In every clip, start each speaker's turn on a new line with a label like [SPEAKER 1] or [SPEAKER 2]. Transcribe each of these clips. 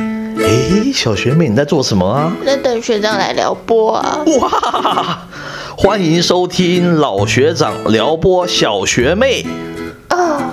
[SPEAKER 1] 哎，小学妹你在做什么啊？
[SPEAKER 2] 我在等学长来撩拨啊。
[SPEAKER 1] 哇，欢迎收听老学长撩拨小学妹。
[SPEAKER 2] 啊，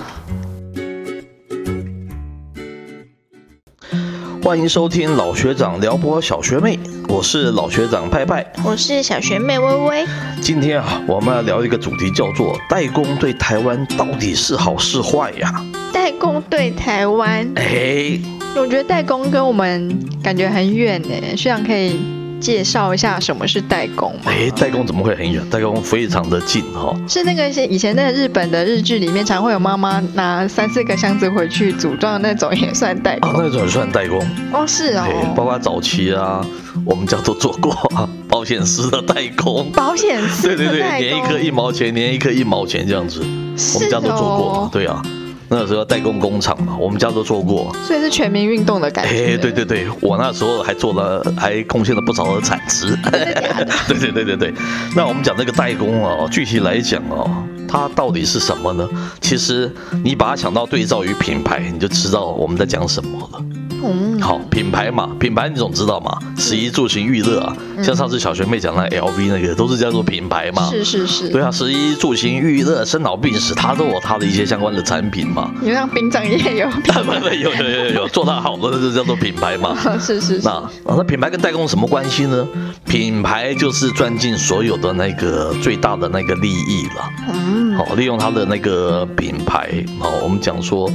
[SPEAKER 1] 欢迎收听老学长撩拨小学妹，我是老学长派派。
[SPEAKER 2] 我是小学妹微微。
[SPEAKER 1] 今天啊，我们要聊一个主题，叫做代工对台湾到底是好是坏呀、
[SPEAKER 2] 代工对台湾，
[SPEAKER 1] 哎，
[SPEAKER 3] 我觉得代工跟我们感觉很远呢，学长可以介绍一下什么是代工吗？
[SPEAKER 1] 哎，代工怎么会很远？代工非常的近哈、
[SPEAKER 3] 是那个是以前那个日本的日剧里面，常会有妈妈拿三四个箱子回去组装的那种，也算代
[SPEAKER 1] 哦，
[SPEAKER 3] 工
[SPEAKER 1] 那种也算代工，
[SPEAKER 3] 哦。是
[SPEAKER 1] 哎，包
[SPEAKER 3] 哦，
[SPEAKER 1] 括早期啊，我们家都做过、啊、保险丝的代工。
[SPEAKER 3] 保险
[SPEAKER 1] 对
[SPEAKER 3] 丝
[SPEAKER 1] 对
[SPEAKER 3] 的
[SPEAKER 1] 对，
[SPEAKER 3] 代
[SPEAKER 1] 连一颗
[SPEAKER 3] 工，
[SPEAKER 1] 一毛钱，连一颗一毛钱这样子，我们
[SPEAKER 3] 是
[SPEAKER 1] 家都做过嘛
[SPEAKER 3] 哦，，
[SPEAKER 1] 对啊，那时候代工工厂嘛，我们家都做过。
[SPEAKER 3] 所以是全民运动的感
[SPEAKER 1] 哎，
[SPEAKER 3] 觉。
[SPEAKER 1] 对对对，我那时候还做了，还贡献了不少的产值。
[SPEAKER 3] 真的假的，
[SPEAKER 1] 对对对对对，那我们讲这个代工哦，具体来讲哦，它到底是什么呢？其实你把它想到对照于品牌，你就知道我们在讲什么了。
[SPEAKER 3] 嗯，
[SPEAKER 1] 好，品牌嘛，品牌你总知道嘛，食衣住行娱乐啊，像上次小学妹讲那 LV 那个，都是叫做品牌嘛。
[SPEAKER 3] 嗯是是是，
[SPEAKER 1] 对啊，食衣住行娱乐、生老病死，它都有它的一些相关的产品嘛。
[SPEAKER 3] 你让兵长也有，
[SPEAKER 1] 不不，有有有有有，做到好的这就叫做品牌嘛。
[SPEAKER 3] 是是是
[SPEAKER 1] 那，啊那品牌跟代工什么关系呢？品牌就是赚进所有的那个最大的那个利益了。
[SPEAKER 3] 嗯，
[SPEAKER 1] 好、利用它的那个品牌，好、我们讲说，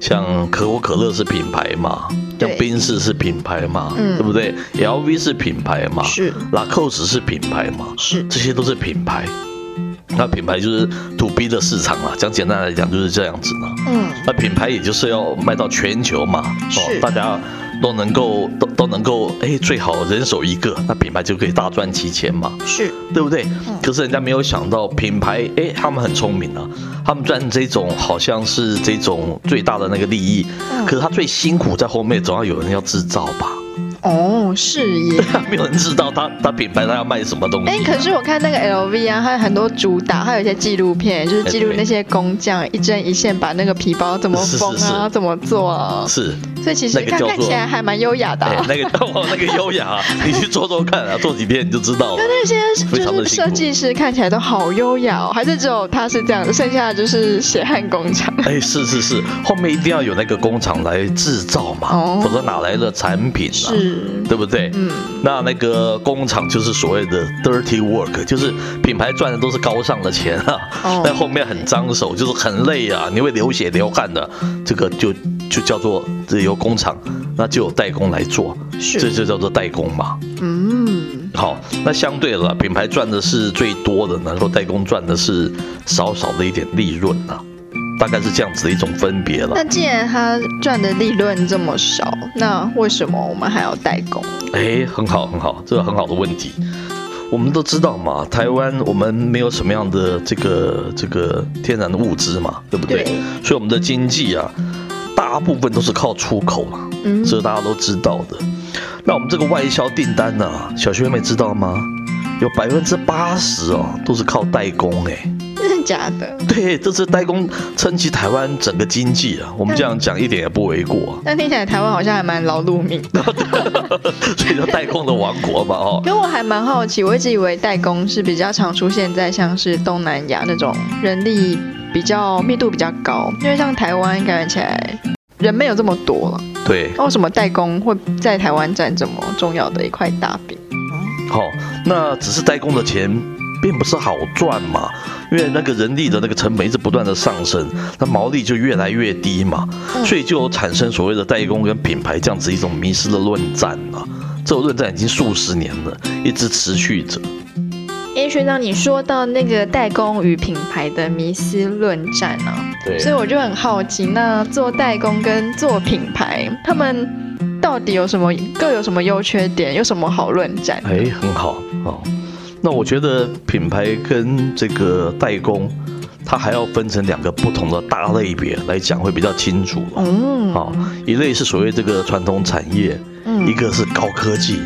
[SPEAKER 1] 像可口可乐是品牌嘛，像
[SPEAKER 3] 对
[SPEAKER 1] 宾士是品牌嘛，
[SPEAKER 3] 嗯
[SPEAKER 1] 对不对？LV 是品牌嘛，
[SPEAKER 3] 是
[SPEAKER 1] 拉蔻斯是品牌嘛，
[SPEAKER 3] 是
[SPEAKER 1] 这些都是品牌。那品牌就是 to B 的市场嘛，讲简单来讲就是这样子呢。
[SPEAKER 3] 嗯，
[SPEAKER 1] 那品牌也就是要卖到全球嘛，哦
[SPEAKER 3] 是
[SPEAKER 1] 大家都能够都都能够，哎，最好人手一个，那品牌就可以大赚其钱嘛，
[SPEAKER 3] 是
[SPEAKER 1] 对不对？
[SPEAKER 3] 嗯
[SPEAKER 1] 可是人家没有想到品牌，哎，他们很聪明啊，他们赚这种好像是这种最大的那个利益，
[SPEAKER 3] 嗯
[SPEAKER 1] 可是他最辛苦在后面，总要有人要制造吧。
[SPEAKER 3] 哦，是耶。
[SPEAKER 1] 没有人知道他他品牌他要卖什么东西、
[SPEAKER 3] 哎、可是我看那个 LV 啊，它有很多主打，还有一些纪录片，就是记录那些工匠一针一线把那个皮包怎么缝啊，
[SPEAKER 1] 是是是
[SPEAKER 3] 怎么做啊。
[SPEAKER 1] 是
[SPEAKER 3] 所以其实
[SPEAKER 1] 那个
[SPEAKER 3] 看
[SPEAKER 1] 叫
[SPEAKER 3] 看
[SPEAKER 1] 做
[SPEAKER 3] 起来还蛮优雅的、
[SPEAKER 1] 哎、
[SPEAKER 3] 啊。
[SPEAKER 1] 那个 哦那个优雅、啊，你去做做看啊，做几天你就知道了。
[SPEAKER 3] 那些
[SPEAKER 1] 非常
[SPEAKER 3] 就
[SPEAKER 1] 的
[SPEAKER 3] 是
[SPEAKER 1] 辛苦
[SPEAKER 3] 设计师看起来都好优雅哦，还是只有他是这样的，剩下的就是血汗工啊厂。
[SPEAKER 1] 哎，是是是，后面一定要有那个工厂来制造嘛，
[SPEAKER 3] 哦
[SPEAKER 1] 否则哪来的产品啊？
[SPEAKER 3] 是，
[SPEAKER 1] 对不对？
[SPEAKER 3] 嗯，
[SPEAKER 1] 那那个工厂就是所谓的 dirty work，就是品牌赚的都是高尚的钱啊，
[SPEAKER 3] 哦
[SPEAKER 1] 但后面很脏手，就是很累啊，你会流血流汗的，这个就就叫做这由工厂，那就有代工来做，
[SPEAKER 3] 是
[SPEAKER 1] 这就叫做代工嘛。
[SPEAKER 3] 嗯，
[SPEAKER 1] 好，那相对的啦，品牌赚的是最多的，然后代工赚的是少少的一点利润啊，大概是这样子的一种分别了
[SPEAKER 3] 那。既然他赚的利润这么少，那为什么我们还要代工？
[SPEAKER 1] 哎，很好，很好，这个很好的问题。我们都知道嘛，台湾我们没有什么样的这个这个天然的物资嘛，对不对？
[SPEAKER 3] 对
[SPEAKER 1] 所以我们的经济啊，大部分都是靠出口嘛，
[SPEAKER 3] 嗯，
[SPEAKER 1] 这大家都知道的。那我们这个外销订单呢、啊，小学妹知道吗？有百分之八十哦，都是靠代工哎、
[SPEAKER 3] 真的假的？
[SPEAKER 1] 对，这次代工撑起台湾整个经济
[SPEAKER 3] 嗯
[SPEAKER 1] 啊，我们这样讲一点也不为 过啊。
[SPEAKER 3] 但听起来台湾好像还蛮劳碌命的。
[SPEAKER 1] 所以叫代工的王国嘛，哦，
[SPEAKER 3] 因为我还蛮好奇，我一直以为代工是比较常出现在像是东南亚那种人力比较密度比较高，因为像台湾感觉起来人没有这么多了，
[SPEAKER 1] 对，
[SPEAKER 3] 那为什么代工会在台湾占这么重要的一块大饼？
[SPEAKER 1] 好、哦那只是代工的钱并不是好赚嘛，因为那个人力的那个成本一直不断的上升，那毛利就越来越低嘛，
[SPEAKER 3] 嗯
[SPEAKER 1] 所以就有产生所谓的代工跟品牌这样子一种迷失的论战啊。这种论战已经数十年了，一直持续着。
[SPEAKER 3] 因为学长，你说到那个代工与品牌的迷思论战啊，
[SPEAKER 1] 对
[SPEAKER 3] 所以我就很好奇，那做代工跟做品牌，他们到底有什么各有什么优缺点，有什么好论战？
[SPEAKER 1] 哎，很好哦。那我觉得品牌跟这个代工，它还要分成两个不同的大类别来讲会比较清楚哦。
[SPEAKER 3] 嗯，
[SPEAKER 1] 好、一类是所谓这个传统产业，一个是高科技，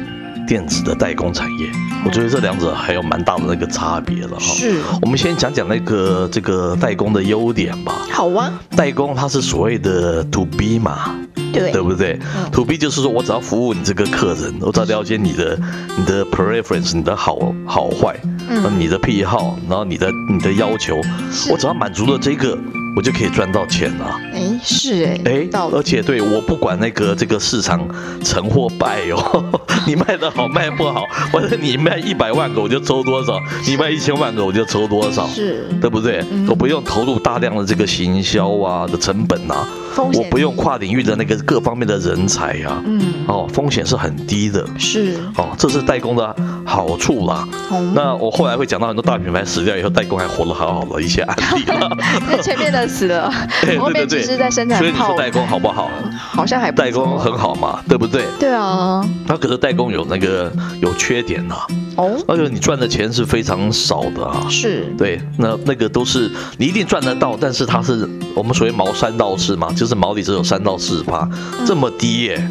[SPEAKER 1] 电子的代工产业，我觉得这两者还有蛮大的那个差别了哈。
[SPEAKER 3] 是，
[SPEAKER 1] 我们先讲讲那个这个代工的优点吧。
[SPEAKER 2] 好啊，
[SPEAKER 1] 代工它是所谓的 to B 嘛，
[SPEAKER 2] 对
[SPEAKER 1] 对不对
[SPEAKER 3] 嗯
[SPEAKER 1] ？to B 就是说我只要服务你这个客人，我只要了解你的你的 preference，你的好好坏，呃
[SPEAKER 2] 嗯，
[SPEAKER 1] 你的癖好，然后你的你的要求，
[SPEAKER 3] 是
[SPEAKER 1] 我只要满足了这个，我就可以赚到钱啊！
[SPEAKER 3] 哎，是哎，
[SPEAKER 1] 哎
[SPEAKER 3] 道，理
[SPEAKER 1] 而且对我不管那个这个市场成或败哦， 你卖的好卖不好，反正你卖一百万个我就抽多少，你卖一千万个我就抽多少。
[SPEAKER 3] 是
[SPEAKER 1] 对不对
[SPEAKER 3] 嗯？
[SPEAKER 1] 我不用投入大量的这个行销啊的成本啊，
[SPEAKER 3] 风
[SPEAKER 1] 我
[SPEAKER 3] 险
[SPEAKER 1] 不用
[SPEAKER 3] 低，
[SPEAKER 1] 跨领域的那个各方面的人才啊，
[SPEAKER 3] 嗯，
[SPEAKER 1] 哦，风险是很低的。
[SPEAKER 3] 是，
[SPEAKER 1] 哦，这是代工的好处啦。
[SPEAKER 3] 红
[SPEAKER 1] 那我后来会讲到很多大品牌死掉以后，代工还活得好好的一 些案例啦。
[SPEAKER 3] 因为前面的死了，
[SPEAKER 1] 对
[SPEAKER 3] 后面
[SPEAKER 1] 对
[SPEAKER 3] 只
[SPEAKER 1] 对
[SPEAKER 3] 是在生
[SPEAKER 1] 对，
[SPEAKER 3] 产嗯
[SPEAKER 1] 所以你
[SPEAKER 3] 炮
[SPEAKER 1] 说，代工好不好？
[SPEAKER 3] 好像还不
[SPEAKER 1] 代工
[SPEAKER 3] 错
[SPEAKER 1] 很好嘛，对不对？
[SPEAKER 3] 对啊，
[SPEAKER 1] 那可是代工有那个有缺点呐、
[SPEAKER 3] 哦，
[SPEAKER 1] 而且你赚的钱是非常少的啊。
[SPEAKER 3] 是，
[SPEAKER 1] 对，那那个都是你一定赚得到，但是它是我们所谓毛三到四嘛，就是毛里只有三到四趴，这么低耶、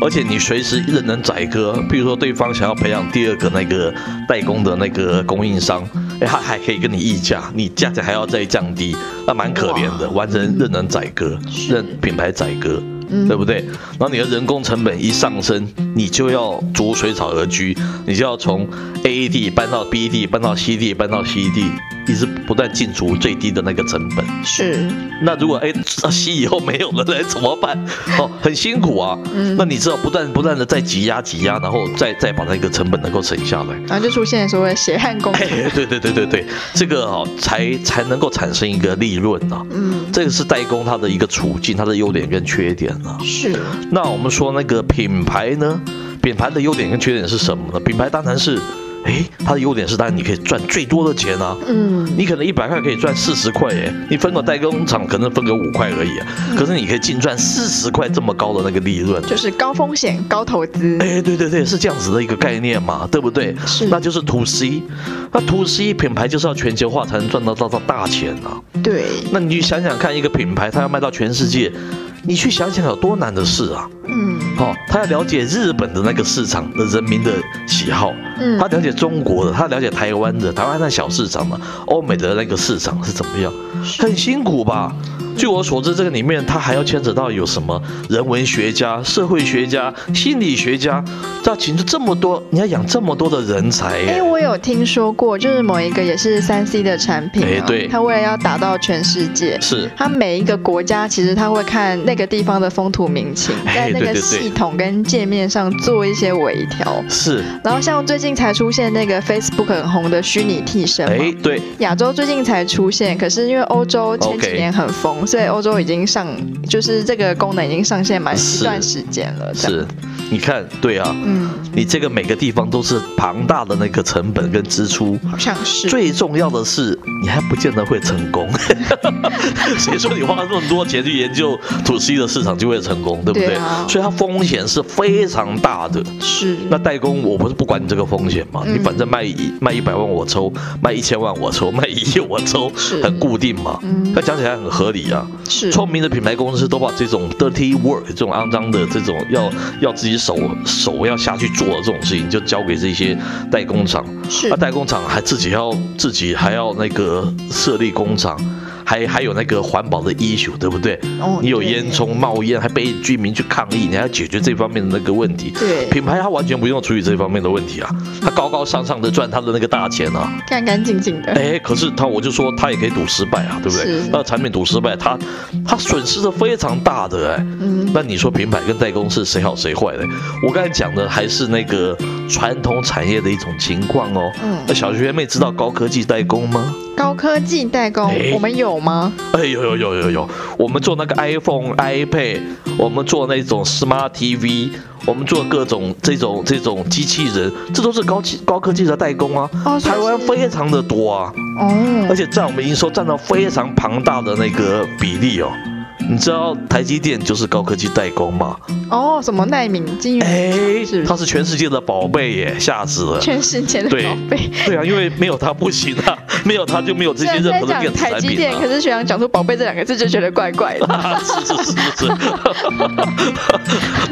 [SPEAKER 1] 而且你随时任人宰割，比如说对方想要培养第二个那个代工的那个供应商，哎，他还可以跟你议价，你价钱还要再降低，那蛮可怜的，完全任人宰割，
[SPEAKER 3] 是
[SPEAKER 1] 任品牌宰割。
[SPEAKER 3] 嗯
[SPEAKER 1] 对不对？然后你的人工成本一上升，你就要逐水草而居，你就要从 A 地搬到 B 地，搬到 C 地，搬到 C 地，一直不断进除最低的那个成本。
[SPEAKER 3] 是，
[SPEAKER 1] 那如果哎 C 以后没有了，那怎么 办？哦，很辛苦啊。
[SPEAKER 3] 嗯
[SPEAKER 1] 那你知道不断不断的在挤压挤压，然后再再把那个成本能够省下来。
[SPEAKER 3] 然后就出现所谓的血汗工
[SPEAKER 1] 哎，对对对对对，这个哦才才能够产生一个利润啊。
[SPEAKER 3] 嗯，
[SPEAKER 1] 这个是代工它的一个处境，它的优点跟缺点啊。
[SPEAKER 3] 是，
[SPEAKER 1] 那我们说那个品牌呢？品牌的优点跟缺点是什么呢？品牌当然是，诶，它的优点是当然你可以赚最多的钱啊。
[SPEAKER 3] 嗯，
[SPEAKER 1] 你可能一百块可以赚四十块耶，你分个代工厂可能分个五块而已、啊，可是你可以净赚四十块这么高的那个利润。
[SPEAKER 3] 就是高风险高投资，
[SPEAKER 1] 哎，对对对，是这样子的一个概念嘛，对不对？
[SPEAKER 3] 是
[SPEAKER 1] 那就是 to C，那 to C 品牌就是要全球化才能赚得到到大钱啊。
[SPEAKER 3] 对，
[SPEAKER 1] 那你去想想看，一个品牌它要卖到全世界，你去想想有多难的事啊。
[SPEAKER 3] 嗯
[SPEAKER 1] 哦，他要了解日本的那个市场的人民的喜好，
[SPEAKER 3] 嗯
[SPEAKER 1] 他了解中国的，他了解台湾的，台湾那小市场嘛，欧美的那个市场是怎么样，很辛苦吧？据我所知，这个里面他还要牵扯到有什么人文学家、社会学家、心理学家，要请出这么多，你要养这么多的人才耶
[SPEAKER 3] 哎、我有听说过，就是某一个也是三 C 的产品、啊，
[SPEAKER 1] 哎对
[SPEAKER 3] 它为了要打到全世界，
[SPEAKER 1] 是
[SPEAKER 3] 它每一个国家其实它会看那个地方的风土民情，在
[SPEAKER 1] 哎
[SPEAKER 3] 那
[SPEAKER 1] 对
[SPEAKER 3] 个
[SPEAKER 1] 对对
[SPEAKER 3] 系统跟界面上做一些微调。
[SPEAKER 1] 是，
[SPEAKER 3] 然后像最近才出现那个 Facebook 很红的虚拟替身嘛。
[SPEAKER 1] 哎，对，
[SPEAKER 3] 亚洲最近才出现，可是因为欧洲前几
[SPEAKER 1] OK
[SPEAKER 3] 年很疯所以欧洲已经上，就是这个功能已经上线蛮一
[SPEAKER 1] 是
[SPEAKER 3] 段时间了。这样，
[SPEAKER 1] 是，你看，对啊，
[SPEAKER 3] 嗯，
[SPEAKER 1] 你这个每个地方都是庞大的那个成本跟支出，
[SPEAKER 3] 好像是。
[SPEAKER 1] 最重要的是，你还不见得会成 功。谁说你花这么多钱去研究土 C 的市场就会成功，对不对？
[SPEAKER 3] 对啊
[SPEAKER 1] 所以它风险是非常大的。
[SPEAKER 3] 是
[SPEAKER 1] 那代工我不是不管你这个风险嘛，
[SPEAKER 3] 嗯
[SPEAKER 1] 你反正卖一卖一百万我抽，卖一千万我抽，卖一亿我抽
[SPEAKER 3] 是，
[SPEAKER 1] 很固定嘛。
[SPEAKER 3] 嗯
[SPEAKER 1] 那讲起来很合理啊。
[SPEAKER 3] 是
[SPEAKER 1] 聪明的品牌公司都把这种 dirty work 这种肮脏的这种要要自己手手要下去做的这种事情，就交给这些代工厂。
[SPEAKER 3] 是
[SPEAKER 1] 那代工厂还自己要自己还要那个设立工厂，还还有那个环保的 issue，对不对？
[SPEAKER 3] 哦
[SPEAKER 1] 你有
[SPEAKER 3] 对
[SPEAKER 1] 烟囱冒烟，还被居民去抗议，你还要解决这方面的那个问题。
[SPEAKER 3] 对
[SPEAKER 1] 品牌它完全不用处理这方面的问题啊，它高高上上的赚它的那个大钱啊。
[SPEAKER 3] 干干净净的。
[SPEAKER 1] 哎，可是他，我就说他也可以赌失败啊，对不对
[SPEAKER 3] 是？
[SPEAKER 1] 那产品赌失败，他他损失的非常大的哎。
[SPEAKER 3] 嗯，
[SPEAKER 1] 那你说品牌跟代工是谁好谁坏嘞？我刚才讲的还是那个传统产业的一种情况哦。
[SPEAKER 3] 嗯
[SPEAKER 1] 那小学妹知道高科技代工吗？
[SPEAKER 3] 高科技代工，
[SPEAKER 1] 哎
[SPEAKER 3] 我们有吗？
[SPEAKER 1] 哎，有有有有有，我们做那个 iPhone、iPad，我们做那种 Smart TV，我们做各种这种这种机器人，这都是高技高科技的代工啊。
[SPEAKER 3] 哦所以
[SPEAKER 1] 台湾
[SPEAKER 3] 是
[SPEAKER 1] 非常的多啊。而
[SPEAKER 3] 哦，
[SPEAKER 1] 且占我们营收占到非常庞大的那个比例哦。你知道台积电就是高科技代工嘛？
[SPEAKER 3] 哦，什么耐敏金融，
[SPEAKER 1] 哎
[SPEAKER 3] 是，
[SPEAKER 1] 它是全世界的宝贝耶，吓死了。
[SPEAKER 3] 全世界的
[SPEAKER 1] 对
[SPEAKER 3] 宝贝。
[SPEAKER 1] 对啊，因为没有它不行 啊，没有它就没有这
[SPEAKER 3] 虽
[SPEAKER 1] 些
[SPEAKER 3] 然
[SPEAKER 1] 任
[SPEAKER 3] 在
[SPEAKER 1] 何的
[SPEAKER 3] 讲
[SPEAKER 1] 电子
[SPEAKER 3] 台
[SPEAKER 1] 产
[SPEAKER 3] 积
[SPEAKER 1] 品
[SPEAKER 3] 电，可
[SPEAKER 1] 啊。
[SPEAKER 3] 是学长讲出“宝贝”这两 个字就觉得怪怪的。
[SPEAKER 1] 是是是是是，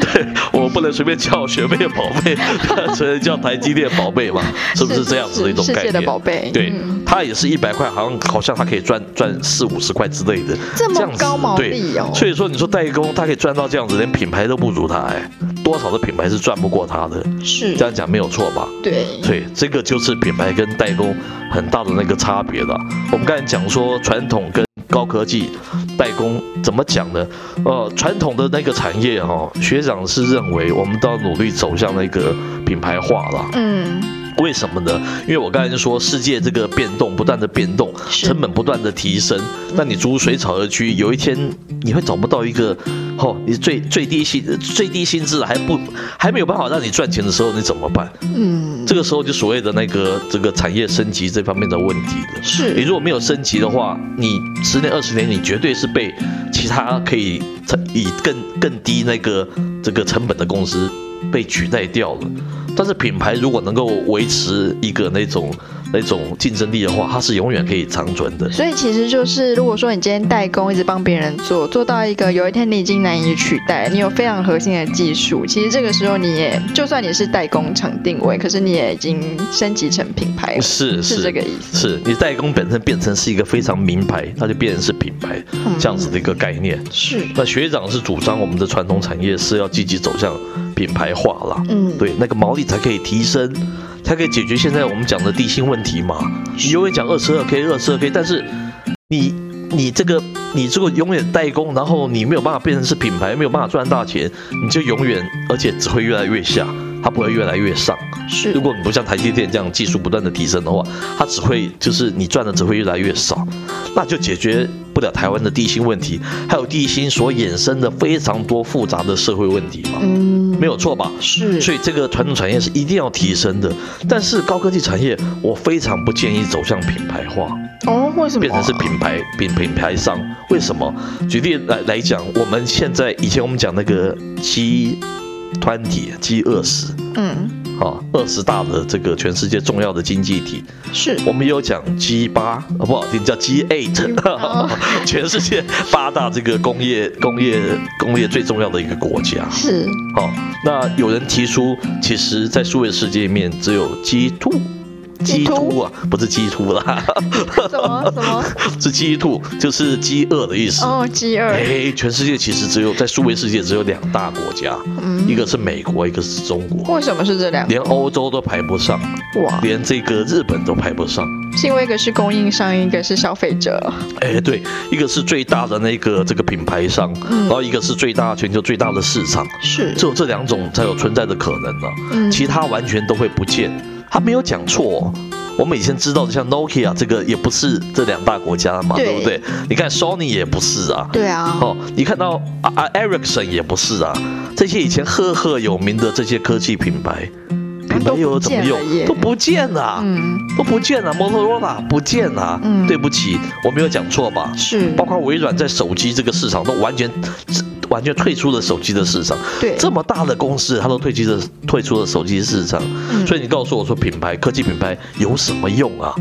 [SPEAKER 1] 对，我不不能随便叫学妹宝贝， 所以叫台积电宝贝嘛，是不是这样子的一种
[SPEAKER 3] 世
[SPEAKER 1] 概
[SPEAKER 3] 界
[SPEAKER 1] 念？
[SPEAKER 3] 的宝贝，
[SPEAKER 1] 对
[SPEAKER 3] 嗯，
[SPEAKER 1] 它也是一百块，好像好像它可以赚赚四五十块之类的，
[SPEAKER 3] 这么
[SPEAKER 1] 样子
[SPEAKER 3] 高毛
[SPEAKER 1] 对，
[SPEAKER 3] 利哦，
[SPEAKER 1] 所以说你说代工，它可以赚到这样子，连品牌都不如它哎，多少的品牌是赚不过它的，
[SPEAKER 3] 是
[SPEAKER 1] 这样讲没有错吧？
[SPEAKER 3] 对，
[SPEAKER 1] 所以这个就是品牌跟代工很大的那个差别了。我们刚才讲说传统跟高科技代工怎么讲呢？呃，传统的那个产业哈、哦，学长是认为我们都要努力走向那个品牌化了。
[SPEAKER 3] 嗯，
[SPEAKER 1] 为什么呢？因为我刚才就说世界这个变动不断的变动，
[SPEAKER 3] 是
[SPEAKER 1] 成本不断的提升，那你逐水草而居，有一天你会找不到一个，哦，你最最低薪最低薪资还不还没有办法让你赚钱的时候，你怎么办？
[SPEAKER 3] 嗯，
[SPEAKER 1] 这个时候就所谓的那个这个产业升级这方面的问题了。你
[SPEAKER 3] 是
[SPEAKER 1] 如果没有升级的话，你十年二十年，你绝对是被其他可以成以更更低那个这个成本的公司被取代掉了。但是品牌如果能够维持一个那种那种竞争力的话，它是永远可以长存的。
[SPEAKER 3] 所以其实就是，如果说你今天代工一直帮别人做，做到一个有一天你已经难以取代，你有非常核心的技术，其实这个时候你也，就算你是代工厂定位，可是你也已经升级成品牌了，
[SPEAKER 1] 是
[SPEAKER 3] 是这个意思。
[SPEAKER 1] 是你代工本身变成是一个非常名牌，它就变成是品牌
[SPEAKER 3] 嗯
[SPEAKER 1] 这样子的一个概念。
[SPEAKER 3] 是，
[SPEAKER 1] 那学长是主张我们的传统产业是要积极走向品牌化啦，
[SPEAKER 3] 嗯，
[SPEAKER 1] 对，那个毛利才可以提升，才可以解决现在我们讲的低薪问题嘛。你永远讲二十二 k 二十二 k，但是你你这个你这个永远代工，然后你没有办法变成是品牌，没有办法赚大钱，你就永远而且只会越来越下，它不会越来越上。
[SPEAKER 3] 是
[SPEAKER 1] 如果你不像台积电这样技术不断的提升的话，它只会就是你赚的只会越来越少，那就解决不了台湾的低薪问题，还有低薪所衍生的非常多复杂的社会问题嘛，
[SPEAKER 3] 嗯，
[SPEAKER 1] 没有错吧？
[SPEAKER 3] 是，
[SPEAKER 1] 所以这个传统产业是一定要提升的，但是高科技产业我非常不建议走向品牌化，
[SPEAKER 3] 哦，为什么
[SPEAKER 1] 变成是品牌品品牌商。为什么？举例来来讲，我们现在以前我们讲那个 G 团体 G 二十，
[SPEAKER 3] 嗯，
[SPEAKER 1] 啊，二十大的这个全世界重要的经济体，
[SPEAKER 3] 是
[SPEAKER 1] 我们也有讲 G 八，呃不好听叫 G eight，
[SPEAKER 3] 哦
[SPEAKER 1] 全世界八大这个工业工业工业最重要的一个国家。
[SPEAKER 3] 是，
[SPEAKER 1] 好、那有人提出，其实，在数位世界里面只有 G two。G
[SPEAKER 3] G2
[SPEAKER 1] two 啊，不是 G two 啦，
[SPEAKER 3] 什么什 么？
[SPEAKER 1] 是 G two，就是饥饿的意思。
[SPEAKER 3] 哦，G 二，
[SPEAKER 1] 哎，全世界其实只有在数位世界只有两大国家，
[SPEAKER 3] 嗯
[SPEAKER 1] 一个是美国，一个是中国，
[SPEAKER 3] 为什么是这两个？
[SPEAKER 1] 连欧洲都排不上。
[SPEAKER 3] 哇，
[SPEAKER 1] 连这个日本都排不上。
[SPEAKER 3] 是因为一个是供应商，一个是消费者。
[SPEAKER 1] 哎，对，一个是最大的那个这个品牌商，
[SPEAKER 3] 嗯
[SPEAKER 1] 然后一个是最大全球最大的市场，
[SPEAKER 3] 是
[SPEAKER 1] 只有这两种才有存在的可能呢、啊
[SPEAKER 3] 嗯
[SPEAKER 1] 其他完全都会不见。他没有讲错、哦。我们以前知道的，像 Nokia 这个也不是这两大国家嘛，
[SPEAKER 3] 对
[SPEAKER 1] 对不对？你看 Sony 也不是啊，
[SPEAKER 3] 对啊，
[SPEAKER 1] 哦，你看到啊啊 Ericsson 也不是啊，这些以前赫赫有名的这些科技品牌，
[SPEAKER 3] 啊
[SPEAKER 1] 品牌
[SPEAKER 3] 都
[SPEAKER 1] 又
[SPEAKER 3] 不
[SPEAKER 1] 有怎么
[SPEAKER 3] 见了
[SPEAKER 1] 用？
[SPEAKER 3] 耶
[SPEAKER 1] 都不见了、啊
[SPEAKER 3] 嗯，
[SPEAKER 1] 都不见了，摩托罗拉不见了。
[SPEAKER 3] 嗯
[SPEAKER 1] 对不起，我没有讲错吧？
[SPEAKER 3] 是
[SPEAKER 1] 包括微软在手机这个市场都完全完全退出了手机的市场，
[SPEAKER 3] 对，
[SPEAKER 1] 这么大的公司它都退出了退出了手机市场，
[SPEAKER 3] 嗯
[SPEAKER 1] 所以你告诉我说品牌科技品牌有什么用啊？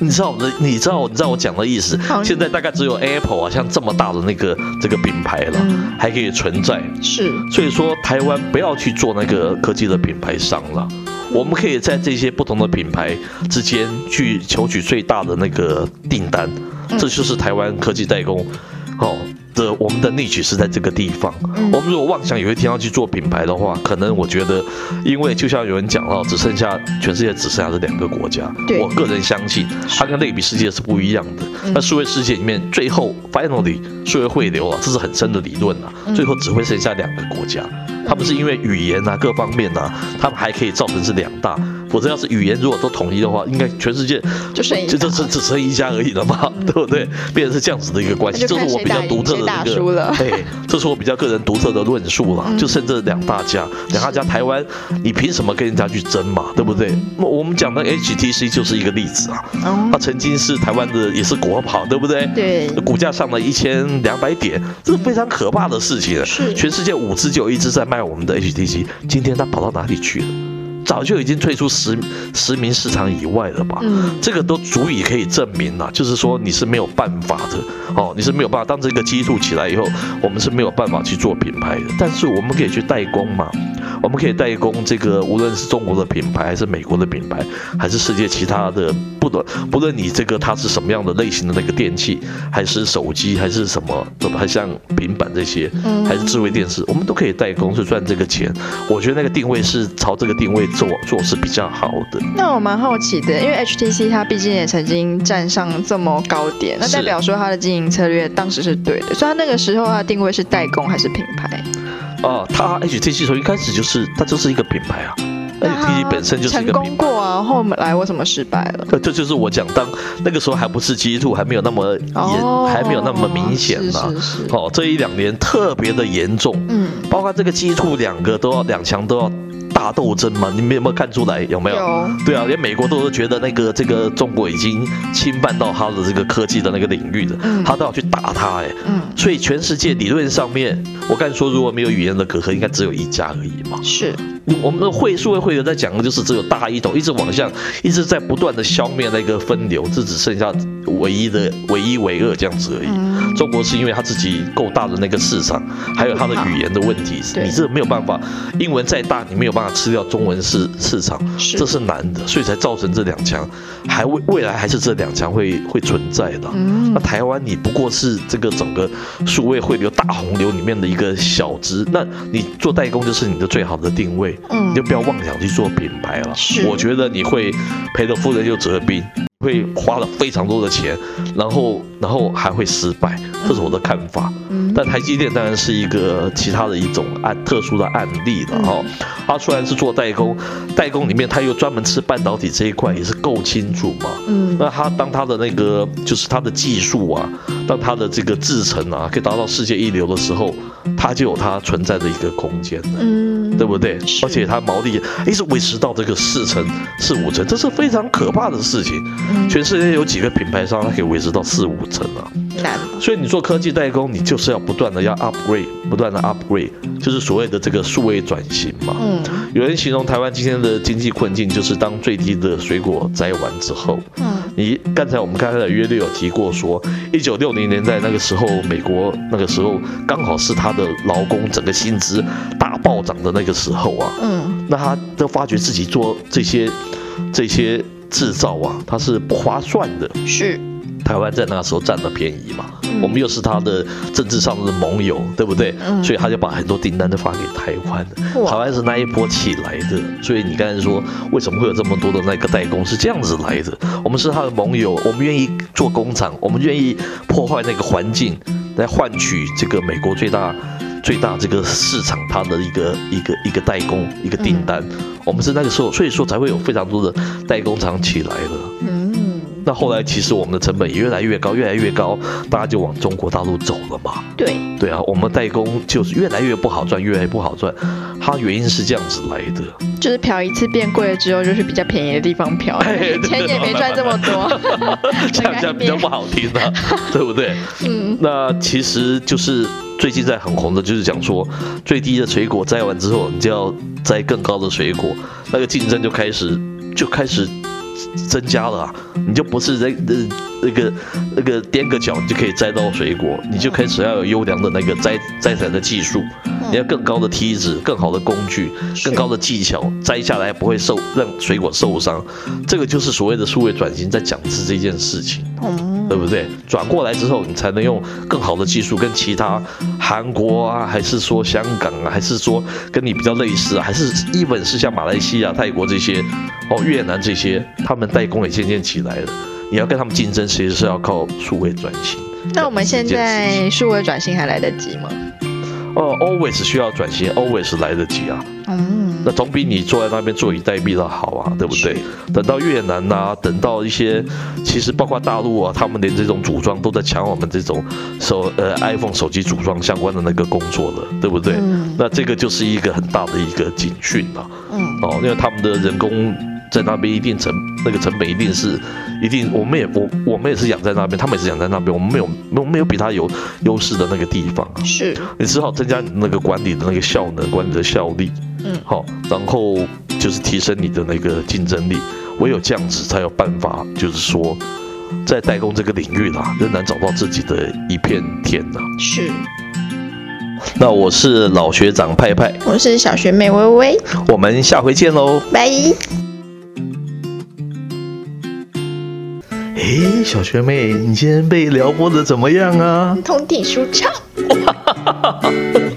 [SPEAKER 1] 你知道我的，你知道你知道我讲的意思
[SPEAKER 3] 好。
[SPEAKER 1] 现在大概只有 Apple 啊，像这么大的那个这个品牌了，
[SPEAKER 3] 嗯
[SPEAKER 1] 还可以存在。
[SPEAKER 3] 是
[SPEAKER 1] 所以说，台湾不要去做那个科技的品牌商了。我们可以在这些不同的品牌之间去求取最大的那个订单，
[SPEAKER 3] 嗯
[SPEAKER 1] 这就是台湾科技代工哦的我们的 niche 是在这个地方。
[SPEAKER 3] 嗯
[SPEAKER 1] 我们如果妄想有一天要去做品牌的话，可能我觉得，因为就像有人讲到，只剩下全世界只剩下这两个国家
[SPEAKER 3] 对，
[SPEAKER 1] 我个人相信它跟类比世界是不一样的。
[SPEAKER 3] 嗯
[SPEAKER 1] 那数位世界里面，最后 finally 数位汇流啊，这是很深的理论啊，
[SPEAKER 3] 嗯
[SPEAKER 1] 最后只会剩下两个国家。他们是因为语言啊各方面啊，他们还可以造成是两大，否则要是语言如果都统一的话，应该全世界
[SPEAKER 3] 就剩一
[SPEAKER 1] 这
[SPEAKER 3] 大
[SPEAKER 1] 这这只剩一家而已了嘛，对不对？变成是这样子的一个关系，
[SPEAKER 3] 那
[SPEAKER 1] 这
[SPEAKER 3] 就是看
[SPEAKER 1] 我比较独特
[SPEAKER 3] 谁
[SPEAKER 1] 的
[SPEAKER 3] 打
[SPEAKER 1] 一
[SPEAKER 3] 赢谁打输
[SPEAKER 1] 个
[SPEAKER 3] 了，
[SPEAKER 1] 对，这是我比较个人独特的论述啦。
[SPEAKER 3] 嗯
[SPEAKER 1] 就剩这两大家，两大家台湾，你凭什么跟人家去争嘛？对不对？那我们讲的 HTC 就是一个例子啊，
[SPEAKER 3] 哦
[SPEAKER 1] 它，曾经是台湾的也是国宝，对不对？
[SPEAKER 3] 对，
[SPEAKER 1] 股价上了一千两百点，这是非常可怕的事情。
[SPEAKER 3] 是
[SPEAKER 1] 全世界五只就有一只在卖我们的 HTC，今天它跑到哪里去了？早就已经退出十十名市场以外了吧？
[SPEAKER 3] 嗯
[SPEAKER 1] 这个都足以可以证明了、就是说你是没有办法的哦，你是没有办法。当这个基础起来以后，我们是没有办法去做品牌的，但是我们可以去代工嘛。我们可以代工这个，无论是中国的品牌，还是美国的品牌，还是世界其他的，不论不论你这个它是什么样的类型的那个电器，还是手机，还是什么，怎么还像平板这些，还是智慧电视，我们都可以代工去赚这个钱。我觉得那个定位是朝这个定位做做是比较好的。
[SPEAKER 3] 那我蛮好奇的，因为 HTC 它毕竟也曾经站上这么高点，那
[SPEAKER 1] 是
[SPEAKER 3] 代表说它的经营策略当时是对的，所以它那个时候它的定位是代工还是品牌？
[SPEAKER 1] 啊，它 HTC 从一开始就是它就是一个品牌啊，HTC 本身就是一
[SPEAKER 3] 成
[SPEAKER 1] 个品
[SPEAKER 3] 功
[SPEAKER 1] 牌。
[SPEAKER 3] 过啊，后来为什么失败了？
[SPEAKER 1] 呃，这就是我讲，当那个时候还不是基础，还没有那么严，
[SPEAKER 3] 哦，
[SPEAKER 1] 还没有那么明显嘛、
[SPEAKER 3] 是是是，
[SPEAKER 1] 哦，这一两年特别的严重，
[SPEAKER 3] 嗯，
[SPEAKER 1] 包括这个基础两个都要两强都要大斗争嘛，你们有没有看出来？有没有？
[SPEAKER 3] 有
[SPEAKER 1] 对啊，连美国都是觉得那个这个中国已经侵犯到它的这个科技的那个领域了，
[SPEAKER 3] 嗯
[SPEAKER 1] 他都要去打它哎、
[SPEAKER 3] 嗯
[SPEAKER 1] 所以全世界理论上面，我刚才说如果没有语言的隔阂，应该只有一家而已嘛。
[SPEAKER 3] 是，
[SPEAKER 1] 我们的会数位会员在讲的就是只有大一统一直往向，一直在不断的消灭那个分流，这只剩下唯一的唯一唯二这样子而已。
[SPEAKER 3] 嗯
[SPEAKER 1] 中国是因为它自己够大的那个市场，还有它的语言的问题，
[SPEAKER 3] 对
[SPEAKER 1] 你这没有办法，英文再大你没有办法吃掉中文市市场，
[SPEAKER 3] 是
[SPEAKER 1] 这是难的，所以才造成这两强，还未未来还是这两强会会存在的啊。
[SPEAKER 3] 嗯
[SPEAKER 1] 那台湾你不过是这个整个数位汇流大洪流里面的一个小支，那你做代工就是你的最好的定位，你就
[SPEAKER 3] 嗯
[SPEAKER 1] 不要妄想去做品牌了。
[SPEAKER 3] 是
[SPEAKER 1] 我觉得你会赔了夫人又折兵，会花了非常多的钱，然后然后还会失败，这是我的看法。
[SPEAKER 3] 嗯
[SPEAKER 1] 但台积电当然是一个其他的一种案特殊的案例
[SPEAKER 3] 嗯
[SPEAKER 1] 了哈、它虽然是做代工，代工里面它又专门吃半导体这一块，也是够清楚嘛。
[SPEAKER 3] 嗯
[SPEAKER 1] 那它当它的那个就是它的技术啊，当它的这个制程啊，可以达到世界一流的时候，它就有它存在的一个空间了。
[SPEAKER 3] 嗯，
[SPEAKER 1] 对不对？
[SPEAKER 3] 是
[SPEAKER 1] 而且它毛利一直维持到这个四成、四五成，这是非常可怕的事情。
[SPEAKER 3] 嗯
[SPEAKER 1] 全世界有几个品牌商它可以维持到四五成啊？
[SPEAKER 3] 难，
[SPEAKER 1] 所以你做科技代工，你就是要不断的要 upgrade，不断的 upgrade，就是所谓的这个数位转型嘛。
[SPEAKER 3] 嗯
[SPEAKER 1] 有人形容台湾今天的经济困境，就是当最低的水果摘完之后，
[SPEAKER 3] 嗯
[SPEAKER 1] 你刚才我们刚才的约略有提过说，一九六零年代那个时候，美国那个时候刚好是他的劳工整个薪资大暴涨的那个时候啊，
[SPEAKER 3] 嗯
[SPEAKER 1] 那他都发觉自己做这些这些制造啊，它是不划算的。
[SPEAKER 3] 是，
[SPEAKER 1] 台湾在那时候占了便宜嘛，
[SPEAKER 3] 嗯
[SPEAKER 1] 我们又是他的政治上的盟友，对不对？
[SPEAKER 3] 嗯
[SPEAKER 1] 所以他就把很多订单都发给台湾，
[SPEAKER 3] 哇
[SPEAKER 1] 台湾是那一波起来的。所以你刚才说为什么会有这么多的那个代工是这样子来的？我们是他的盟友，我们愿意做工厂，我们愿意破坏那个环境，来换取这个美国最大。最大这个市场，它的一个一个一个代工一个订单，
[SPEAKER 3] 嗯
[SPEAKER 1] 我们是那个时候，所以说才会有非常多的代工厂起来了。
[SPEAKER 3] 嗯
[SPEAKER 1] 那后来其实我们的成本也越来越高，越来越高，大家就往中国大陆走了嘛。
[SPEAKER 2] 对，
[SPEAKER 1] 对啊，我们代工就是越来越不好赚，越来越不好赚。它原因是这样子来的。
[SPEAKER 3] 就是漂一次变贵了之后，就是比较便宜的地方漂，
[SPEAKER 1] 哎
[SPEAKER 3] 钱也没赚这么多。
[SPEAKER 1] 这样讲比较不好听啊，对不对？
[SPEAKER 3] 嗯，
[SPEAKER 1] 那其实就是最近在很红的，就是讲说最低的水果摘完之后，你就要摘更高的水果，那个竞争就开始就开始增加了、啊，你就不是在呃那个那个踮个脚你就可以摘到水果，你就开始要有优良的那个摘摘采的技术，你要更高的梯子、更好的工具、更高的技巧，摘下来不会受让水果受伤，这个就是所谓的数位转型在讲的是这件事情。
[SPEAKER 3] 嗯
[SPEAKER 1] 对不对？转过来之后，你才能用更好的技术跟其他韩国啊，还是说香港啊，还是说跟你比较类似啊，还是 even 是像马来西亚、泰国这些，哦，越南这些，他们代工也渐渐起来了。你要跟他们竞争，其实是要靠数位转型。
[SPEAKER 3] 那我们现在数位转型还来得及吗？
[SPEAKER 1] 哦，always 需要转型，always 来得及啊。
[SPEAKER 3] 嗯
[SPEAKER 1] 那总比你坐在那边坐以待毙的好啊，对不对？等到越南呐、等到一些，其实包括大陆啊，他们连这种组装都在抢我们这种手呃 iPhone 手机组装相关的那个工作了，对不对？
[SPEAKER 3] 嗯
[SPEAKER 1] 那这个就是一个很大的一个警讯啊，
[SPEAKER 3] 嗯
[SPEAKER 1] 哦，因为他们的人工。在那边一定成那个成本一定是，一定我们也我我们也是养在那边，他们也是养在那边，我们没有没有没有比他有优势的那个地方啊。
[SPEAKER 3] 是
[SPEAKER 1] 你只好增加你那个管理的那个效能，管理的效率，
[SPEAKER 3] 嗯
[SPEAKER 1] 好，然后就是提升你的那个竞争力。唯有这样子才有办法，就是说，在啊代工这个领域啦，仍然找到自己的一片天呐、
[SPEAKER 3] 是。
[SPEAKER 1] 啊那我是老学长派派，
[SPEAKER 3] 我是小学妹微微，
[SPEAKER 1] 我们下回见喽。
[SPEAKER 3] 拜。
[SPEAKER 1] 诶，小学妹，你今天被撩拨的怎么样啊？
[SPEAKER 3] 通体舒畅。哦